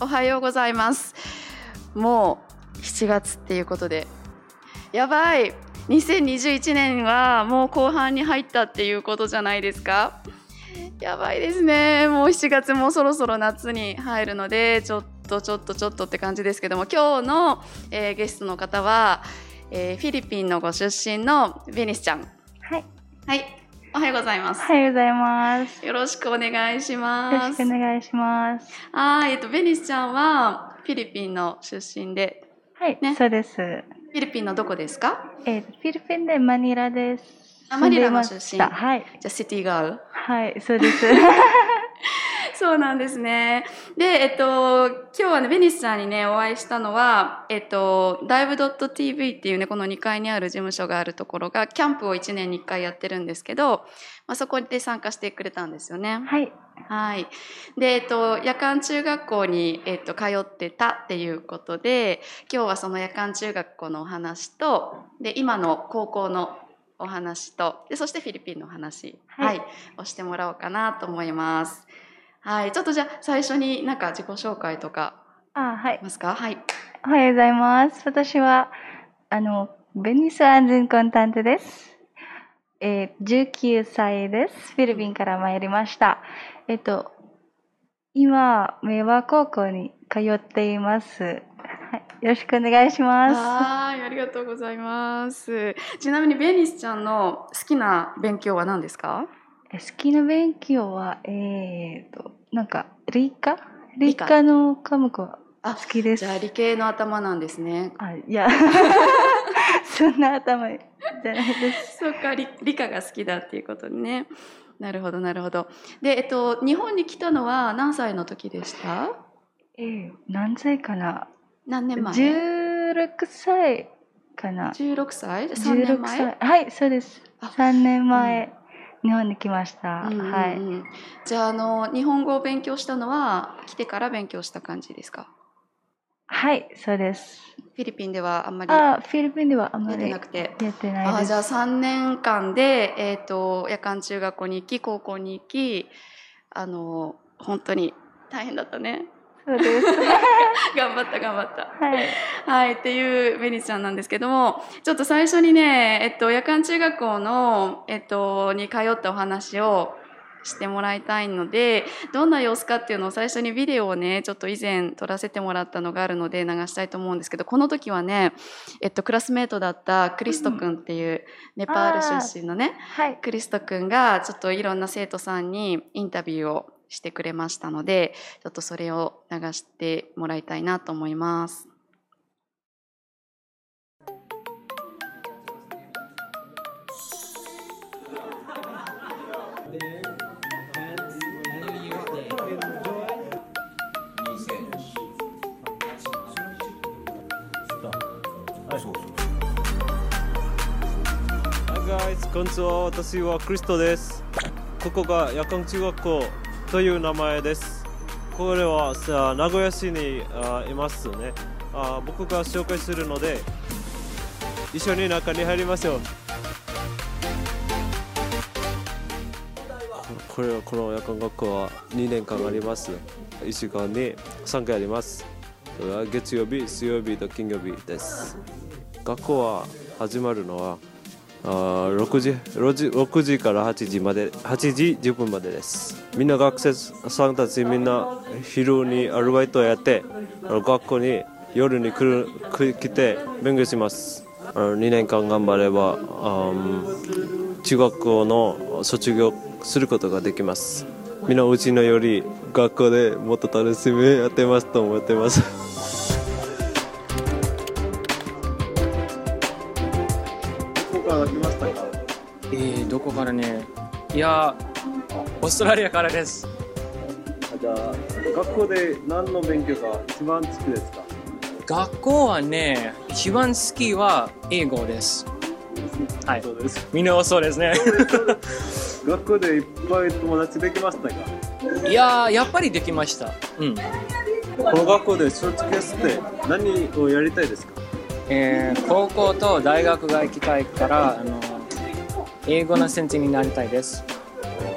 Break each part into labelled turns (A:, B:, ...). A: おはようございますもう7月っていうことでやばい2021年はもう後半に入ったっていうことじゃないですかやばいですねもう7月もそろそろ夏に入るのでちょっとちょっとちょっとって感じですけども今日の、えーゲストの方は、えーフィリピンのご出身のベニスちゃん
B: はい。
A: はいおはようございます、
B: おはようございます。
A: よろしくお願いし
B: よろ
A: ま
B: し
A: す
B: くお願いします。
A: はいえっとベニスちゃんはフィリピンの出身で
B: はい、
A: ね
B: そうです。
A: フィリピンのどこですか
B: えー、フィリピンでマニラです。
A: あマニラの
B: 住んでいまし
A: 出
B: た
A: 身
B: はい。
A: じゃあシティガール
B: はい、そうです。
A: そうなんですね。で、えっと、今日はね、ベニスさんにね、お会いしたのは、えっと、ダイブ .tv っていうね、この2階にある事務所があるところが、キャンプを1年に1回やってるんですけど、まあ、そこで参加してくれたんですよね。
B: はい。
A: はい。で、えっと、夜間中学校に、えっと、通ってたっていうことで、今日はその夜間中学校のお話と、で、今の高校のお話と、で、そしてフィリピンのお話、は、
B: はいい
A: をしてもらおうかなと思います。はい。ちょっとじゃあ、最初になんか自己紹介とか
B: あ、は
A: あ
B: い
A: り。ますかはい。
B: おはようございます。私は、あの、ベニス・アンジン・コンタンテです。えー、19歳です。フィリピンから参りました。えっと、今、明和高校に通っています。はい、よろしくお願いします。
A: はい。ありがとうございます。ちなみに、ベニスちゃんの好きな勉強は何ですか
B: え好きな勉強は、えー、と、なんか、理科
A: 理
B: 理
A: 科
B: 科の科目は
A: あ
B: 好きです。
A: じゃあ、理系の頭なんですね。
B: あ、いや、 そんな頭じゃないです。
A: そっか理理科が好きだっていうことね。なるほどなるほど。でえっと日本に来たのは何歳の時でした？
B: えー、何歳かな
A: 何年前？
B: 16歳かな
A: 十六歳？三年
B: 16
A: 前？
B: 歳はいそうです
A: あ
B: 3年前、日本に来ました、
A: うんうんうん
B: はい。
A: じゃああの日本語を勉強したのは来てから勉強した感じですか？
B: はいそうです
A: フィリピンではあんまり
B: あフィリピンではあんま
A: 出て
B: りや
A: な
B: っ
A: くて。
B: てない
A: あ
B: です
A: じゃあ三年間でえっ、と夜間中学校に行き高校に行きあの本当に大変だったね。
B: そうです
A: 頑張った頑張った。
B: はい
A: はい、っていうベニスちゃんなんですけども、ちょっと最初にね、えっと、夜間中学校の、えっと、に通ったお話をしてもらいたいので、どんな様子かっていうのを最初にビデオをね、ちょっと以前撮らせてもらったのがあるので流したいと思うんですけど、この時はね、えっと、クラスメートだったクリスト君っていうネパール出身のね、
B: はい
A: クリスト君がちょっといろんな生徒さんにインタビューをしてくれましたので、ちょっとそれを流してもらいたいなと思います。
C: Hi guys, こんにちは。私はクリストです。ここが夜間中学校という名前です。これはさ名古屋市にあいますねあ。僕が紹介するので、一緒に中に入りましょう。ここれこの夜間学校は2年間あります。1週間に3回あります。それは月曜日、水曜日と金曜日です。学校は始まるのはあー6時6時6時から8時まで8時10分までですみんな学生さんたちみんな昼にアルバイトをやってあの学校に夜に来る来来て勉強しますあの2年間頑張ればあー中学校の卒業することができますみんなうちのより学校でもっと楽しみやってますと思ってます
D: えー、どこからねいやーオーストラリアからです
C: じゃあ学校で何の勉強が一番好きですか
D: 学校はね一番好きは英語ですはい
C: そうです
D: みんなそうですね
C: 学校でいっぱい友達できましたか
D: いやーやっぱりできましたうん
C: この学校で卒業して何をやりたいですか
D: えー、高校と大学が行きたいからあの英語の先生になりたいです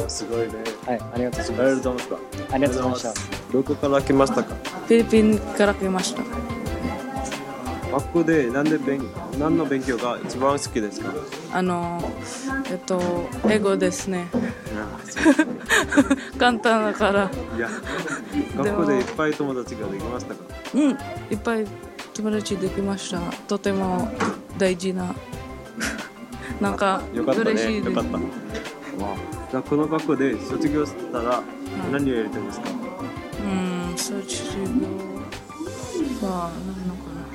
C: すごいね
D: はいありがとう
C: あり
D: ござ
C: が
D: いま
C: とうございます
D: すありがとうございました
C: どこから来ましたか
E: フィリピンから来ました。
C: 学校で何で勉何の勉強が一番好きですか
E: あの、えっと、英語ですね。 簡単だから。
C: いや
E: で
C: 学
E: も
C: 校でいっぱい友達ができましたか
E: うん、いっぱい友達できました。とても大事な。 なんか、
C: よかった
E: 嬉し
C: ね
E: いで
C: よ
E: す。
C: か ったじゃあこの学校で卒業したら何をやりたいですか、
E: うん、卒業は何のかな。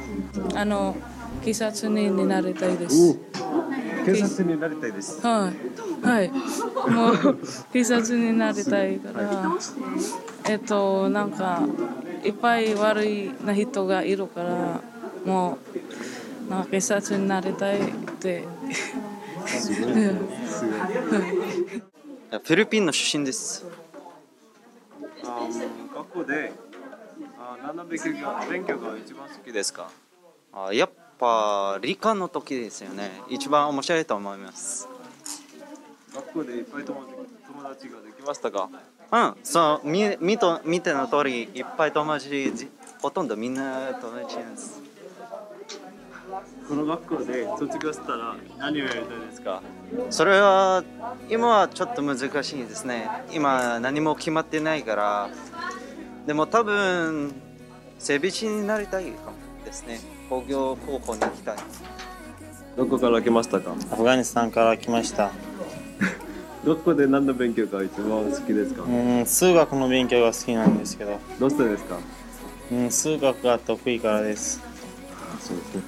E: あの、警察になりたいです。
C: 警察になりたいです
E: はい、はい、もう警察になりたいから、えっと、なんか、いっぱい悪いな人がいるから、もう、なんか警察になりたいって。
C: すごいすごい
F: フィリピンの出身です
C: あの学校であ何の勉強が勉強が一番好きですか
F: あやっぱ理科の時ですよね一番面白いと思います
C: 学校でいっぱい友達友達ができましたか
F: うんそうみ見と見ての通りいっぱい友達じほとんどみんな友達です
C: この学校で卒業したら何をやりたいですか
F: それは今はちょっと難しいですね今何も決まってないからでも多分整備士になりたいかもですね工業高校に行きたい
C: どこから来ましたか
G: アフガニスタンから来ました。
C: 学校で何の勉強が一番好きですか
G: うん、数学の勉強が好きなんですけど、
C: どうしてですか
G: うん、数学が得意からです。
C: そうですね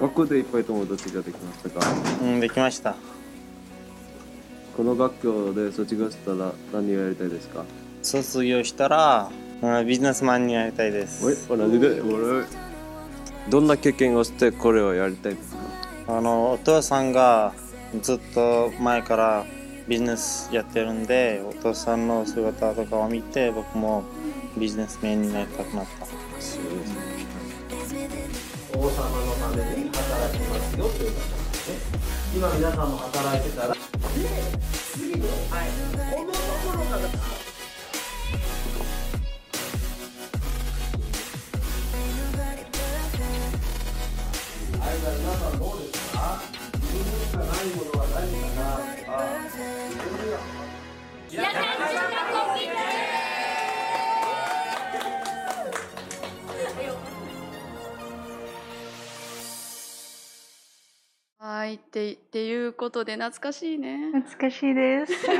C: 学校でいっぱい友達ができましたか
G: うん、できました。
C: この学校で卒業したら何をやりたいですか
G: 卒業したら、うん、ビジネスマンになりたいです。
C: 同じでどんな経験をしてこれをやりたいですか
G: あの、お父さんがずっと前からビジネスやってるんで、お父さんの姿とかを見て、僕もビジネスマンになりたくなった。
A: はいってっていうことで懐かしいね。
B: 懐かしいです。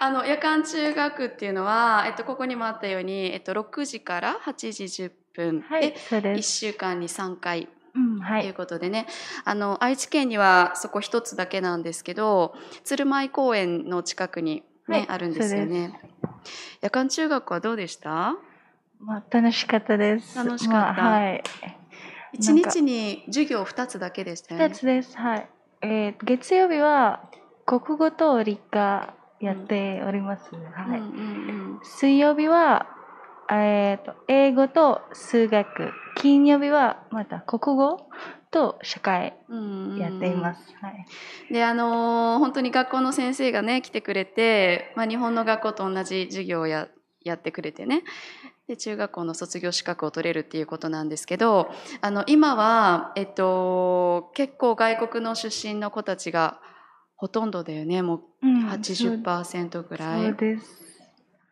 A: あの夜間中学っていうのは、えっと、ここにもあったように、えっと、6時から8時10分で、
B: はい、そうで
A: 1
B: す。
A: 週間に3回
B: うん、は
A: という
B: い。
A: ことでね、あの愛知県にはそこ一つだけなんですけど鶴舞公園の近くに、ね
B: はい
A: あるんですよね。夜間中学はどうでした
B: まあ、楽しかったです。
A: 楽しかった
B: まあはい。
A: 一
B: なんか
A: 日に授業2つだけでしたよ
B: 二
A: ね。
B: つです。はい。えー、月曜日は国語と理科やっております。はい。
A: うんうん
B: 水曜日は、えー、と英語と数学金曜日はまた国語と社会
A: うんうん
B: やっています、はい、
A: であのー本当に学校の先生がね来てくれて、まあ、日本の学校と同じ授業をややってくれてねで中学校の卒業資格を取れるっていうことなんですけどあの今は、えっと、結構外国の出身の子たちがほとんどだよねも
B: うん
A: う80%ぐらい、
B: そうです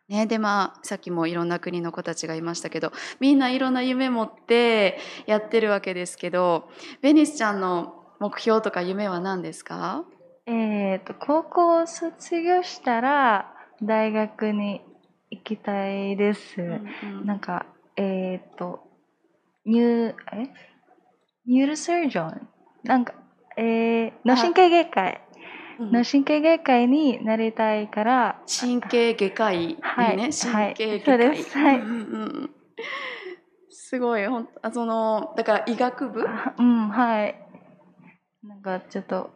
A: ね、でまあさっきもいろんな国の子たちがいましたけどみんないろんな夢持ってやってるわけですけどベニスちゃんの目標とか夢は何ですか
B: えー、と高校を卒業したら大学に行きたいです、なんかえっ、とニューえニューロサージョンなんかえー、脳神経外科医
A: うん
B: 脳神経外科医になりたいから
A: 神経外科医、
B: はい
A: ね、
B: はい
A: 神経外科医、
B: そうですはい
A: うんうんうんすごいほんあそのだから医学部
B: あうんはいなんかちょっと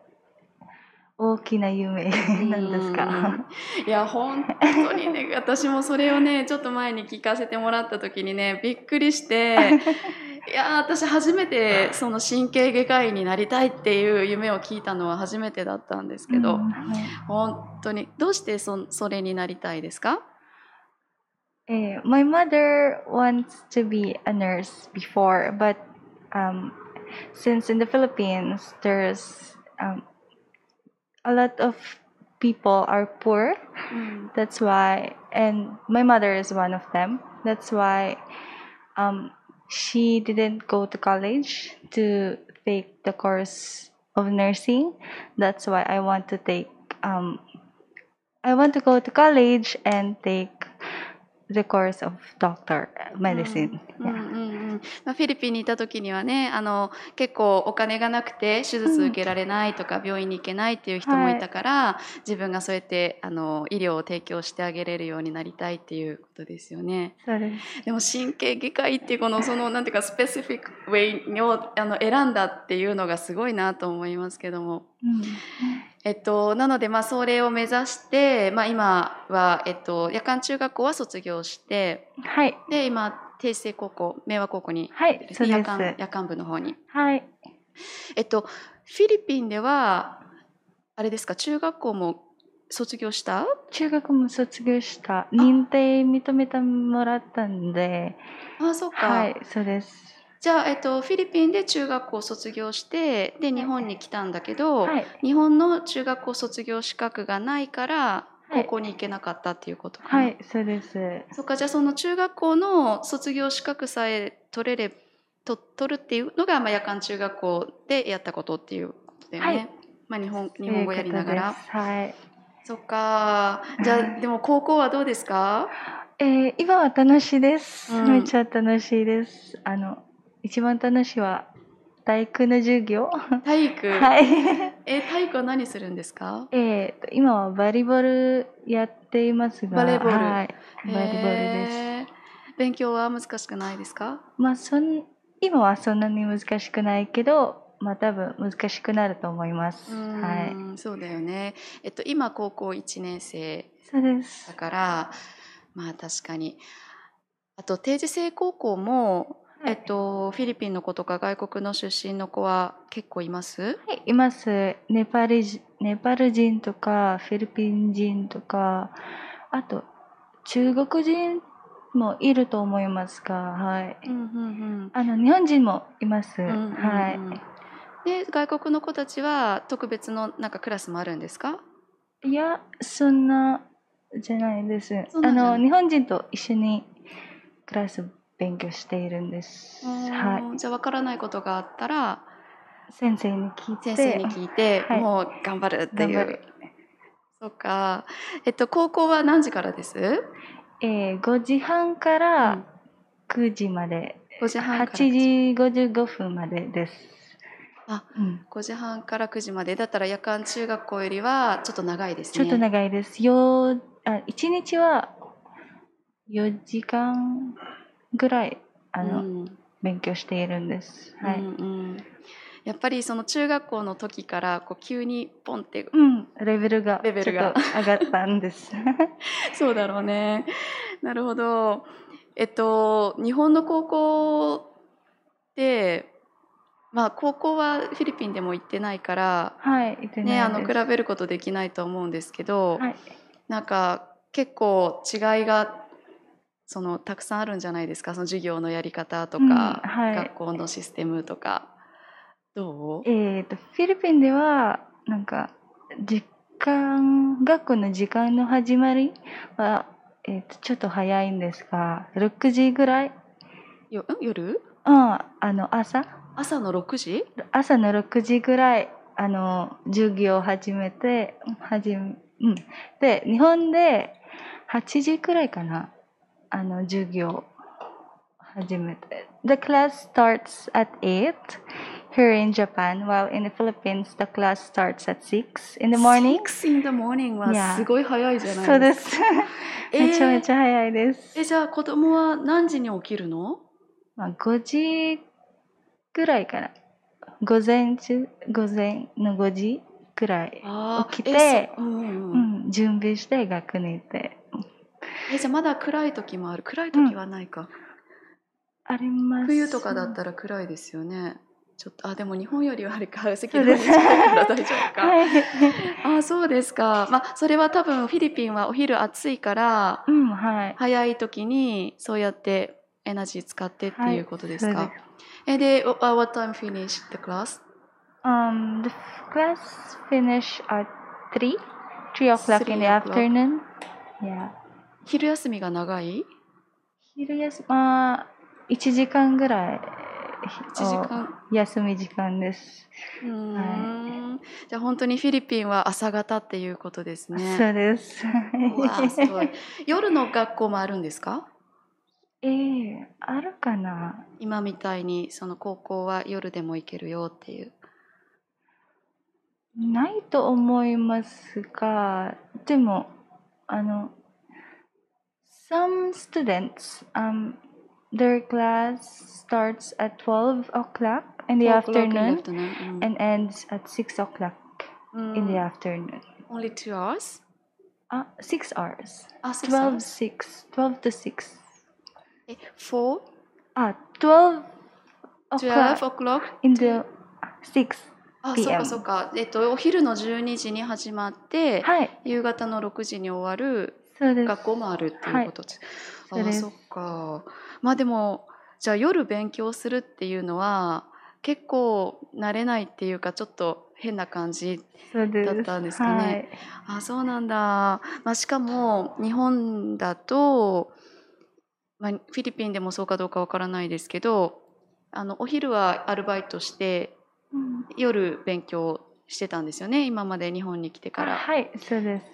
B: 大きな夢 なんですか
A: いや本当にね 私もそれをねちょっと前に聞かせてもらった時にねびっくりして いやー私初めてその神経外科医になりたいっていう夢を聞いたのは初めてだったんですけど、
B: うんはい
A: 本当にどうしてそそれになりたいですか
B: Eh, my mother wants to be a nurse before, but um, since in the Philippines there's um, a lot of people are poor,
A: うん
B: that's why, and my mother is one of them. That's why um, she didn't go to college to take the course of nursing. That's why I want to take, um, I want to go to college and take the course of doctor medicine.
A: うんうんう
B: Yeah.
A: んまあ、フィリピンにいた時にはねあの結構お金がなくて手術受けられないとか、病院に行けないっていう人もいたから、自分がそうやってあの医療を提供してあげれるようになりたいっていうことですよね。でも神経外科医っていうこのそのなんていうかスペシフィックウェイをあの選んだっていうのがすごいなと思いますけども。
B: Mm.
A: えっと、なので、まあ、それを目指して、まあ、今は、えっと、夜間中学校は卒業して、
B: はい。
A: で、今、定時制高校、明和高校に、
B: はい、そう
A: 夜
B: です。
A: 間、夜間部の方に。
B: はい。
A: えっと、フィリピンでは、あれですか、中学校も卒業した
B: 中学も卒業した。認定認めてもらったんで、
A: あ、そうか。
B: はい、そうです。
A: じゃあ、えっと、フィリピンで中学校卒業して、で、日本に来たんだけど、
B: はい。
A: 日本の中学校卒業資格がないから、
B: は
A: 高
B: い
A: 校に行けなかったっていうことかな。
B: はい、そうです。
A: そっかじゃあその中学校の卒業資格さえ取れれと取るっていうのが、まあ、夜間中学校でやったことっていうことだよね。
B: はい
A: まあ、日本日本語やりながら
B: ということですはい。
A: そっかじゃあでも高校はどうです か
B: えー今は楽しいです。
A: うん
B: めっちゃ楽しいです。あの、一番楽しいは体育の授業。
A: 体育、
B: はい。
A: え体育は何するんですか
B: えーと、今はバリボールやっていますが、
A: バレーボール
B: はい。バリボールです。
A: へー勉強は難しくないですか
B: まあ、そん、今はそんなに難しくないけど、まあ多分難しくなると思います。
A: う
B: は
A: ーん、そうだよね、えっと、今高校1年生
B: い。そうです
A: だ。からまあ確かにあと定時制高校も、
B: はい
A: えっと、フィリピンの子とか外国の出身の子は結構います
B: はい、います。ネパール人ネパール人とか、フィリピン人とか、あと、中国人もいると思いますが、はい。
A: うんうん
B: あの、日本人もいます。
A: うんうんうん
B: はい。
A: で外国の子たちは特別のなんかクラスもあるんですか
B: いや、そんな、じゃないです。
A: そんな
B: あ
A: んじゃない
B: の、日本人と一緒にクラス勉強しているんです。は
A: うんじゃあ分からないことがあったら
B: い。先生に聞いて。
A: 先生に聞いて、
B: はい
A: もう頑張るってい
B: 頑張る
A: う。そうか、えっと、高校は何時からです
B: えー、5時半か
A: う
B: ら
A: ん
B: 9時まで。
A: 5時半から
B: 8時55分までです。
A: あ
B: うん、
A: 5時半から9時までだったら夜間中学校よりはちょっと長いですね
B: ちょっと長いです。ようあ1日は4時間ぐらいあ
A: う
B: の、
A: ん
B: 勉強しているんです。はい。う
A: うん
B: ん
A: うんやっぱりその中学校の時からこう急にポンって
B: レベルがち
A: レ
B: ょっと
A: ベル
B: 上
A: が
B: がったんです。
A: そうだろうねなるほどえっと日本の高校ってまあ高校はフィリピンでも行ってないから
B: はい、いて
A: ね
B: な
A: あ
B: い
A: の
B: です
A: 比べることできないと思うんですけど、
B: はい
A: なんか結構違いがそのたくさんあるんじゃないですかその授業のやり方とか、
B: うんはい
A: 学校のシステムとかどう
B: えっと、フィリピンでは、なんか、時間、学校の時間の始まりは、えっと、ちょっと早いんですが、6時ぐらい、
A: よん夜
B: うん、あの、朝
A: 朝の6時
B: 朝の6時ぐらいあの授業を始めて始め、うん、で日本で8時くらいかなあの授業を始めて The class starts at 8 here in Japan while in the Philippines the class starts at 6 in the morning
A: Six in the morning はい
B: や
A: すごい早いじゃない
B: そうです
A: えー
B: めちゃめちゃ早いです、
A: えじゃあ子供は何時に起きるの
B: まあ、5時くらいかな午前中午前の5時くらい
A: あー
B: 起きて
A: えそううんうん
B: う
A: うん
B: ん、準備して学年行って
A: えじゃあまだ暗い時もある暗い時はないか、
B: あります
A: 冬とかだったら暗いですよねちょっとあでも日本よりはあれか席の方が近いから大丈夫か、
B: はい。
A: あそうですかまあそれは多分フィリピンはお昼暑いから
B: うん、はい。
A: 早い時にそうやってエナジー使ってっていうことですか、
B: はいそうで
A: えで、お uh, what time finish the class?
B: Um, the class finish at three, three o'clock in
A: Three
B: the
A: o'clock.
B: afternoon. Yeah.
A: 昼休みが長い
B: 昼休み、まあ、1時間ぐらい。
A: ?1 時間。
B: お。休み時間です。
A: うーんじゃあ本当にフィリピンは朝方っていうことです
B: そ
A: ね。
B: うです。
A: うわーすごい。夜の学校もあるんですか
B: ええあるかな
A: 今みたいにその高校は夜でも行けるよっていう。
B: ないと思いますが、でも、あの、some students, um, their class starts at 12 o'clock in the
A: 4 o'clock in the
B: afternoon
A: afternoon.
B: and ends at 6 o'clock
A: うんうん
B: in the afternoon.
A: Only two hours?
B: あ、6 hours.
A: あ、six
B: 12,
A: hours?
B: 6, 12 to 6.
A: え four?
B: あ、12
A: 12
B: o'clock
A: o'clock?
B: in the 6.
A: あ、
B: PM
A: そうかそうか。えっと、お昼の12時に始まって、
B: はい、
A: 夕方の6時に終わる
B: そうです。
A: 学校もあるっていうことです。
B: はい
A: あ
B: そう
A: あ、
B: です
A: そっか。まあでも、じゃあ夜勉強するっていうのは、結構慣れないっていうか、ちょっと変な感じ。
B: そうです。
A: だったんですかね
B: はい
A: あ、そうなんだ。まあしかも、日本だと、まあ、フィリピンでもそうかどうかわからないですけど、あの、お昼はアルバイトして、
B: うん
A: 夜勉強してたんですよね、今まで日本に来てか
B: あ
A: ら。
B: はい、そうです。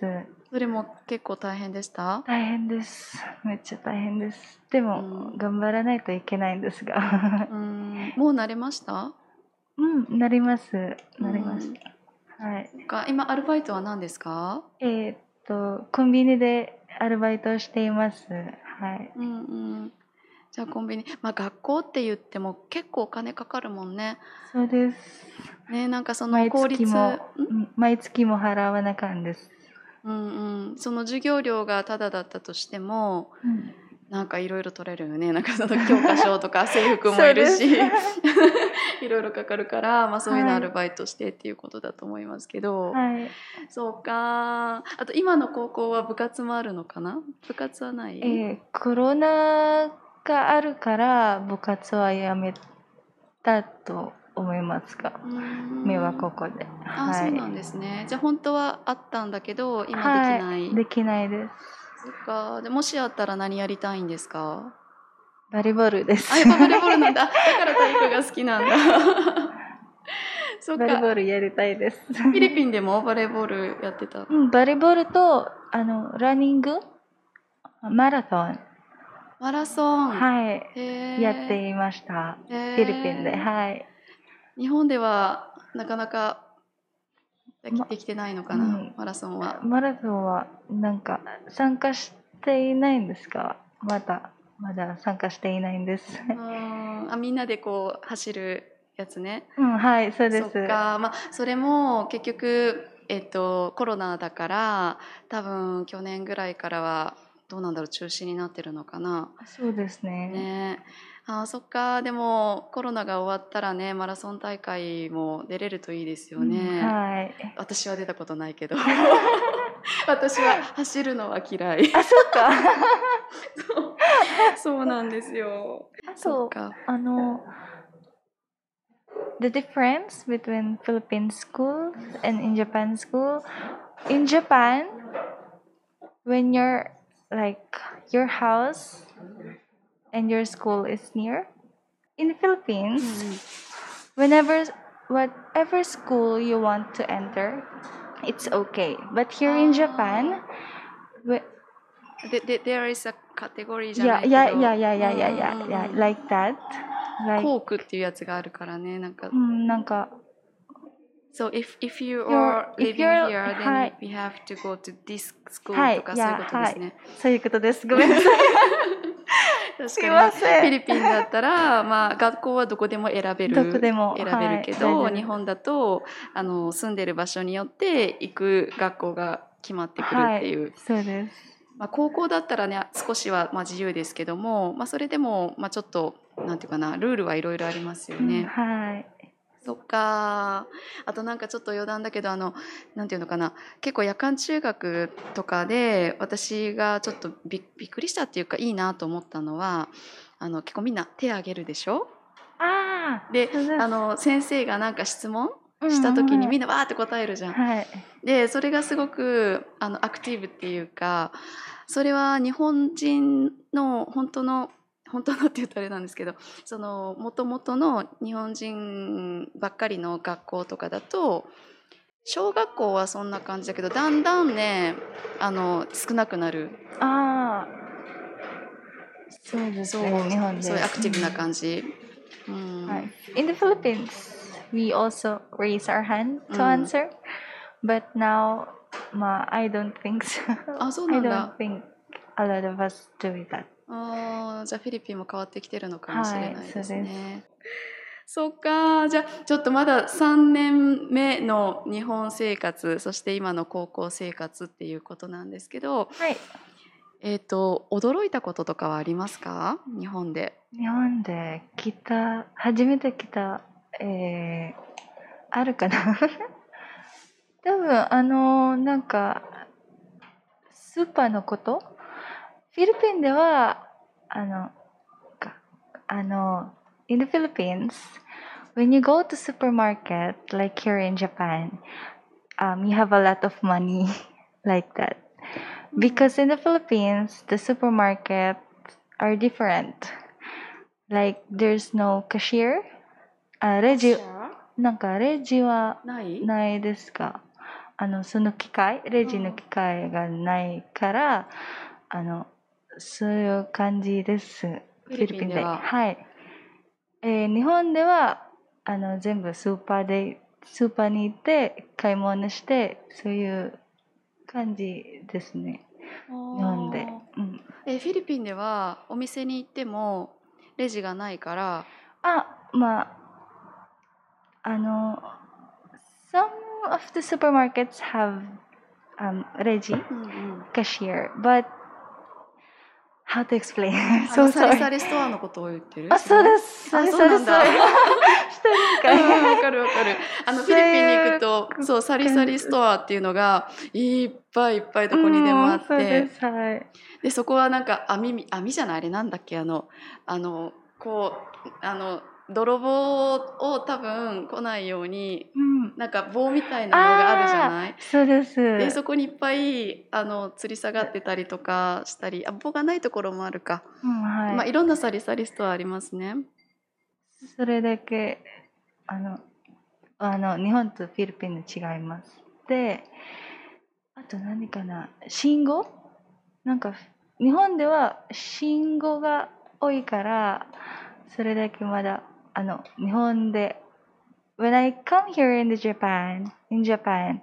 A: それも結構大変でした
B: 大変です。めっちゃ大変です。でも、
A: うん
B: 頑張らないといけないんです が。
A: うん、もう慣れました
B: うん、なります。なります。はい。
A: か今アルバイトは何ですか？
B: えーっと、コンビニでアルバイトをしています。はい。
A: うんうん。じゃあコンビニ、まあ学校って言っても結構お金かかるもんね。
B: そうです。
A: ねなんかその
B: 毎
A: 効率、う
B: 月も
A: ん、
B: うん毎月も払わなかんです。
A: うんうん、その授業料がタダだったとしても、
B: うん
A: なんかいろいろ取れるよね。なんかその教科書と か制服もいるし
B: そうで、
A: いろいろかかるから、まあそういう
B: は
A: の
B: い
A: アルバイトしてっていうことだと思いますけど、
B: はい。
A: そうか。あと今の高校は部活もあるのかな？部活はない？
B: えーコロナがあるから部活はやめたと思いますが、
A: うん
B: 目はここで。
A: あ、
B: はい、
A: そうなんですね。じゃあ本当はあったんだけど今できな。
B: はいできないです。
A: そっか。でもしあったら何やりたいんですか。
B: バレーボールです。
A: あ、やっぱバレーボール なんだ。だから体育が好きなんだ。 そっ
B: バレーボ
A: か。
B: ールやりたいです。
A: フィ リピンでもバレーボールやってた。
B: うん、バレーボールと、あの、ランニングマラソン。
A: マラソン。
B: はい。
A: へー
B: やっていました。
A: へー
B: フィリピンで。はい。
A: 日本ではなかなかでき
B: ま
A: できてないのかな、
B: うん
A: マラソンは。
B: マラソンは、なんか、参加していないんですかまだ、まだ参加していないんです。
A: うーんあ、みんなでこう走るやつね。
B: うん、はい、そうです。
A: そっか、まあ、それも結局、えっと、コロナだから多分去年ぐらいからはどうなんだろう中止になってるのかな。
B: そうですね。
A: ねあーそっかでもコロナが終わったらねマラソン大会も出れるといいですよね。
B: うんはい。
A: 私は出たことないけど 私は走るのは嫌い。
B: あ、そっか。
A: そうなんですよ。
B: あ
A: そ
B: と
A: っ、か。
B: あの、the difference between Philippine school and in Japan school. In Japan, when you're like your house and your school is near, in the
A: うん
B: Philippines,
A: うん
B: whenever whatever school you want to enter, it's okay. But here in Japan, wh-
A: で、で、there is a category じゃな
B: yeah,
A: いけど。
B: yeah, yeah, yeah, yeah, yeah,
A: うんう
B: yeah,
A: んうん
B: yeah, like that.
A: コ
B: Like, hmm,
A: ークっていうやつがあるからね、なんか。
B: うん、なんか
A: So if if you
B: You're-
A: are
B: if
A: living
B: you're-
A: here,
B: は
A: then
B: い
A: we have to go to this school
B: はい
A: とか
B: い
A: そういう
B: や
A: ことですね。
B: そういうことです。ごめんなさい。
A: 確
B: すい
A: か
B: ま
A: に
B: せ
A: フィ
B: ん。
A: リピンだったら、まあ学校はどこでも選べる。
B: どこでも
A: 選べるけど、
B: はい
A: 日本だとあの住んでる場所によって行く学校が決まってくるっていう、
B: そうです。
A: まあ、高校だったらね少しはまあ自由ですけども、まあ、それでもまあちょっとなんていうかなルールはいろいろありますよ
B: うん
A: ね。
B: はい。
A: そっかあとなんかちょっと余談だけどあのなんていうのかな結構夜間中学とかで私がちょっとびびっくりしたっていうかいいなと思ったのはあの結構みんな手あげるでしょ
B: あ
A: で
B: そうです
A: あの先生がなんか質問
B: あ
A: した時にみん
B: な、
A: なわーって答えるじゃん。
B: はい、
A: でそれがすごくあのアクティブっていうかそれは日本人の本当の本当のって言ったらあれなんですけどそのもともとの日本人ばっかりの学校とかだと小学校はそんな感じだけどだんだんねあの少なくなる
B: ああそうです
A: そう
B: ね日本で
A: そういうアクティブな感じ。うん
B: はい In the Philippines, we also raise our hand to
A: Mm.
B: answer, but now, ma, I don't think so.
A: あそうな
B: I
A: んだ
B: don't。think a lot of us do that.
A: あーじゃあフィリピンも変わってきてるのかもしれな
B: はい
A: です
B: いそうです
A: ね。そっかじゃあちょっとまだ3年目の日本生活そして今の高校生活っていうことなんですけど、
B: はい。
A: えー、と驚いたこととかはありますか日本で。
B: 日本で来た、初めて来た、えー、あるかな 多分、あの、なんか、スーパーのことフィリピンでは、あの、かあの、in the Philippines, when you go to supermarket, like here in Japan, um, you have a lot of money like that. Because in the Philippines, the supermarket are different. Like there's no cashier. Ah, あ、レジ、なんかレジは
A: ない
B: ないですかあのその機械レジの機械がないから、あのそういう感じです
A: フィリピンでは
B: はい、えー日本ではあの全部スーパーでスーパーに行って買い物してそういう感じですね日本で、うん、
A: えフィリピンではお店に行ってもレジがないから
B: あまああの some of the supermarkets have、um, レジ、
A: うんうん、
B: cashier, but how to explain?
A: あ
B: so
A: のサレサ
B: sorry.
A: レストアのことを言ってる
B: あ、そうです。そ
A: あ
B: れ
A: そうなんだ
B: それそれ一人
A: う
B: か
A: んわかるわかる。あのフ
B: そ
A: ィ
B: う
A: リ
B: いう
A: ピンに行くと、そうサリサリストアっていうのがいっぱいいっぱいどこにでもあっ
B: うんそうで
A: て、
B: す。はい。
A: でそこはなんか網み網じゃないあれなんだっけあのあのこうあの泥棒を多分来ないように
B: うん。
A: なんか棒みたいなのがあるじゃない。
B: そうです。
A: でそこにいっぱいあの吊り下がってたりとかしたり、あ棒がないところもあるか。
B: うん、はい。
A: まあいろんなサリサリストアありますね。
B: それだけあのあの日本とフィリピンの違いますであと何かな信号なんか日本では信号が多いからそれだけまだあの日本で When I come here in the Japan in Japan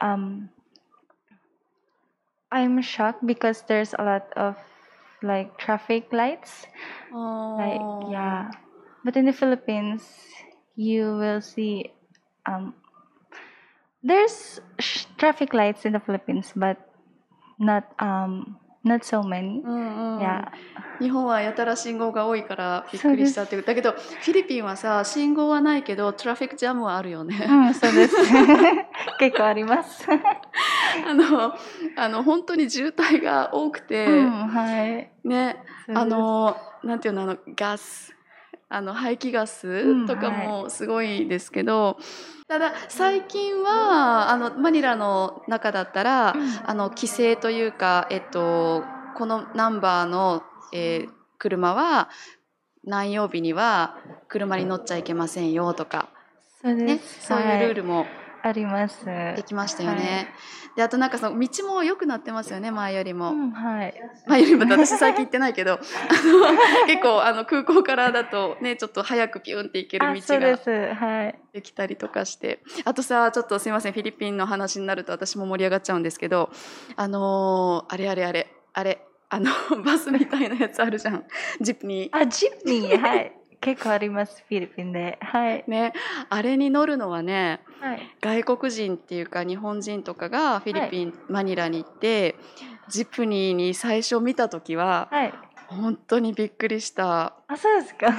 B: um I'm shocked because there's a lot of like traffic lights
A: は
B: like
A: Oh.
B: yeah but in the philippines you will see um there's sh- traffic lights in the philippines but not um not so many
A: うんうん。
B: yeah
A: 日本はやたら信号が多いからびっくりしたっていうだけどフィリピンはさ信号はないけどトラフィックジャムはあるよね
B: うん、そうです。結構あります。
A: あのあの本当に渋滞が多くて、
B: Mm,
A: ねあのなんていうのあのガスあの排気ガスとかもすごいですけど、ただ最近はあのマニラの中だったら、あの規制というか、えっと、このナンバーの、えー車は何曜日には車に乗っちゃいけませんよとか、ね、そういうルールもできましたよね。であとなんかその道も良くなってますよね前よりも。
B: Mm,
A: 前よりもって私最近行ってないけどあの結構あの空港からだとねちょっと早くピュンって行
B: Ah,
A: ける道ができたりとかしてあとさちょっとすいませんフィリピンの話になると私も盛り上がっちゃうんですけどあのーあれあれあれあれあの バスみたいなやつあるじゃんジプニー。
B: Ah, あります。はい。うん、はい。あ、ジプニー。はい。結構あります。フィリピンで。はい。はい。
A: ね、あれに乗るのはね外国人っていうか日本人とかがフィリピン、マニラに行ってジプニーに最初見た時は
B: はい。
A: 本当にびっくりした
B: あ、そうですか。
A: なん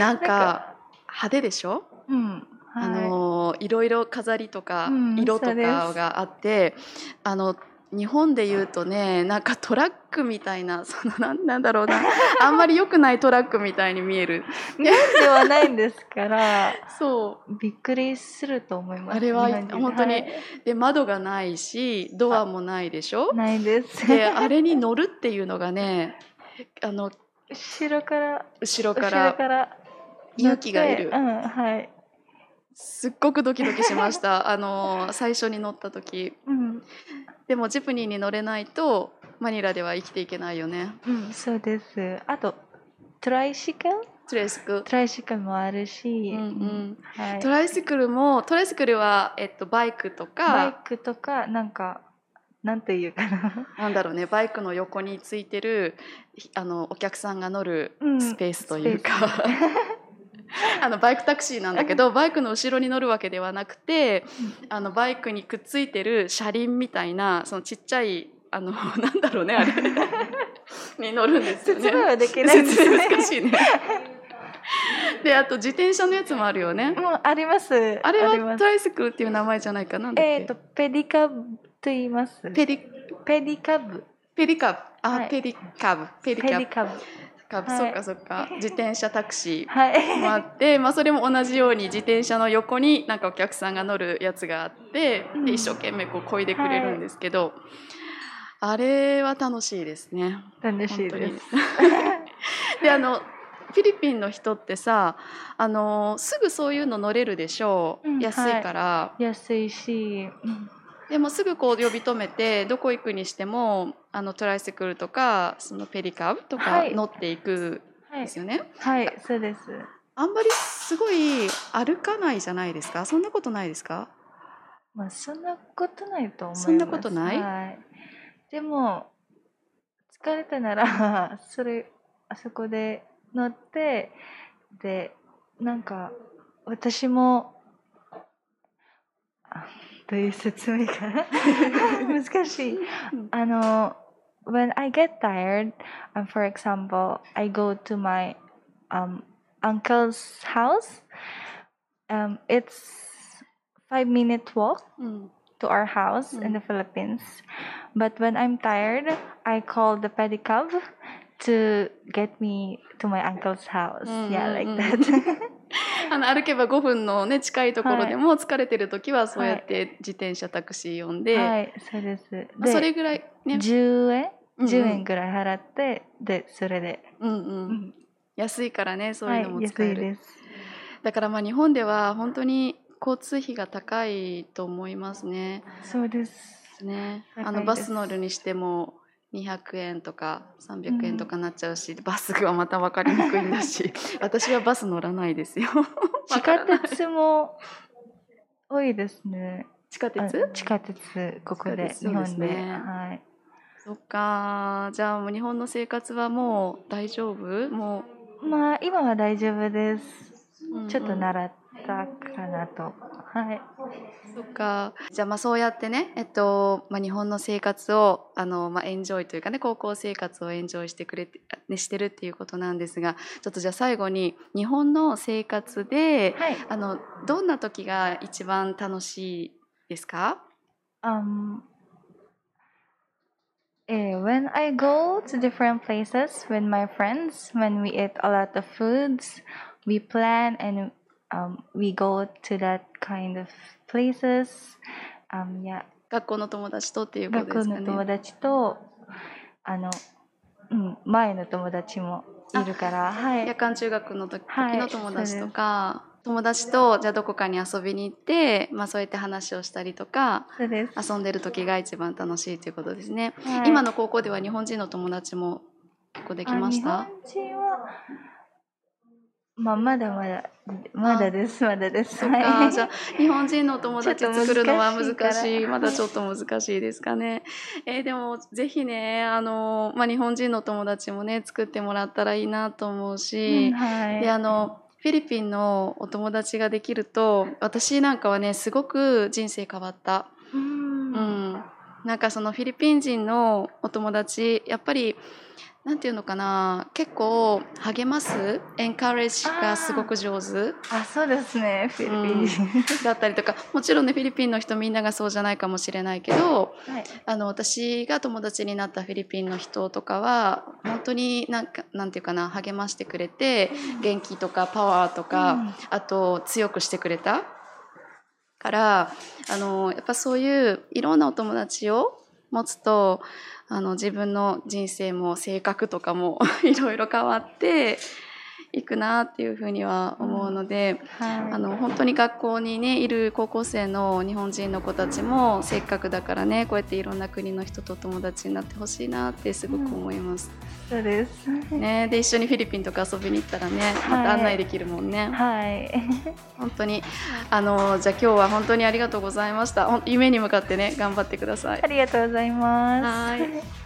B: なん
A: か派手でしょ
B: うん。
A: あ
B: はい
A: のーいろいろ飾りとか
B: うん
A: 色と
B: そうです
A: かがあって、あの日本で言うとねなんかトラックみたいな そのなんなんだろうなあんまり良くないトラックみたいに見える
B: ではないんですから、
A: そ
B: びっくりすると思います。
A: あれは
B: 日本人
A: 本当に
B: はいう
A: で窓がないしドアもないでしょ
B: ないです。
A: であれに乗るっていうのがねあの
B: 後ろから
A: 後ろ
B: 後ろ
A: か
B: からら
A: 勇気がい
B: 乗
A: る
B: ってうん、はい。
A: すっごくドキドキしましたあのー最初に乗った時
B: うん、
A: でもジプニーに乗れないとマニラでは生きていけないよね
B: うん、そうです。あとトライシクル、
A: トレスク
B: トライシクルもあるし、
A: うんうん
B: はい。
A: トライシクルもトライシクルは、えっと、バイクと
B: バイ
A: か
B: クとかなんかなんていうかな。
A: なんだろうねバイクの横についてるひあのお客さんが乗る
B: うん
A: スペースというか、 あのバイクタクシーなんだけどバイクの後ろに乗るわけではなくてあのバイクにくっついてる車輪みたいなそのちっちゃいあの なんだろうねあ れに乗るんですよね。
B: 説明はできないです
A: 説明難
B: ね。
A: しいね。であと自転車のやつもあるよね。
B: もうあります。
A: あれ
B: りま
A: は
B: す
A: トライスクルっていう名前じゃないかななんだっけ
B: えっ、とペディカブと言います。ペ
A: ペリ
B: ディカブ。
A: ペリカブあ、
B: はい
A: ペリカブペ
B: ペ
A: リ
B: デ
A: カブ
B: ィ
A: カ
B: カブ。
A: ブ、
B: はい
A: そっかそっ か自転車タクシーも
B: は
A: あ
B: い。
A: って、まあ、それも同じように自転車の横になんかお客さんが乗るやつがあって、
B: うん
A: で一生懸命こう漕いでくれるんですけど、あれは楽しいですね。
B: 楽し
A: 本
B: い
A: 当
B: で
A: に
B: す。
A: であのフィリピンの人ってさあのすぐそういうの乗れるでしょう、
B: うん
A: 安いから、
B: 安いし、うん
A: でもすぐこう呼び止めてどこ行くにしてもあのトライシクルとかそのペリカブとか
B: はい
A: 乗っていくん
B: は
A: で
B: い
A: す、よね、
B: はい、そうです。
A: あんまりすごい歩かないじゃないですかそんなことないですか
B: まあそんなことないと思います。
A: そんなことない
B: はいでも疲れたなら それあそこで乗ってでなんか私もあどういう説明かな 難しい。あの When I get tired, um, for example, I go to my um, uncle's house. Um, it's five minute walk
A: うん、
B: to our house in the Philippines. But when I'm tired, I call the pedicab to get me to my uncle's house. Yeah, like
A: Mm, mm,
B: that.
A: あの歩けば5分のね近いところでも疲れてる時はそうやって自転車タクシー呼んで、
B: はい、そうです。
A: まあ
B: で、
A: それぐらいね、
B: 10円
A: うんうん
B: ?10 円ぐらい払って、で、それで。
A: うんうん
B: うん
A: 安いからねそう
B: は
A: いう
B: い
A: のも使
B: 安
A: え
B: い
A: る、
B: です。
A: だからまあ日本では本当に交通費が高いと思いますね。
B: そうです。
A: ね
B: 高い
A: あの
B: です
A: バス乗るにしても200円とか300円とかなっちゃうし、バスがまた分かりにくいんだ し私はバス乗らないですよ。
B: 地下鉄も多いですね。
A: 地下
B: あ
A: 鉄
B: 地下鉄、ここで、
A: そ
B: 日
A: うです
B: 本
A: そうです
B: で。
A: ね
B: はい。
A: そっかじゃあもう日本の生活はもう大丈夫も
B: まあ今は大丈夫です。
A: う、うんうん
B: ちょっと習ったかなと。はい。
A: そっかじゃあまあそうやってね、えっとまあ、日本の生活をあの、まあ、エンジョイというかね高校生活をエンジョイしてくれて,、ね、してるっていうことなんですがちょっとじゃあ最後に日本の生活で
B: はい。
A: あのどんな時が一番楽しいですか
B: Um, eh, when I go to different places with my friends, when we eat a lot of foods, we plan and um, we go to that kind of places. Um, yeah.
A: 学校の友達とっていうこと
B: 学
A: で
B: 校
A: すか
B: の友
A: ね。
B: 達と、あの、うん、前の友達もいるから、はい
A: 夜。間中学の時
B: はい
A: の友達とか、友達とじゃあどこかに遊びに行って、まあ、そうやって話をしたりとか
B: そうです。
A: 遊んでる時が一番楽しいということですね。
B: はい
A: 今の高校では日本人の友達も結構できました
B: あ日本人は、まあ、まだまだ、まだです、まだです。
A: そっかじゃあ日本人の友達
B: ちょっと難しい
A: 作るのは難しい
B: から
A: まだちょっと難しいですかね、えーでもぜひねあの、まあ、日本人の友達もね作ってもらったらいいなと思う
B: うん
A: し、
B: はい。
A: であのフィリピンのお友達ができると私なんかはねすごく人生変わった。
B: うん
A: うんなんかそのフィリピン人のお友達やっぱりなんていうのかな結構励ますエンカレッジがすごく上手
B: あ、そうですね。フィリピン人。
A: だったりとかもちろんねフィリピンの人みんながそうじゃないかもしれないけど
B: はい。
A: あの私が友達になったフィリピンの人とかは本当になんかなんていうかな励ましてくれて元気とかパワーとか、あと強くしてくれたからあのやっぱそういういろんなお友達を持つとあの自分の人生も性格とかも いろいろ変わっていくなっていうふうには思うので。
B: はい。
A: あの本当に学校にねいる高校生の日本人の子たちもせっかくだからねこうやっていろんな国の人と友達になってほしいなってすごく思います、
B: そうです。
A: ねで一緒にフィリピンとか遊びに行ったらねまた案内できるもんね、
B: はい。
A: 本当にあのじゃあ今日は本当にありがとうございましたほん夢に向かってね頑張ってください
B: ありがとうございます。
A: はい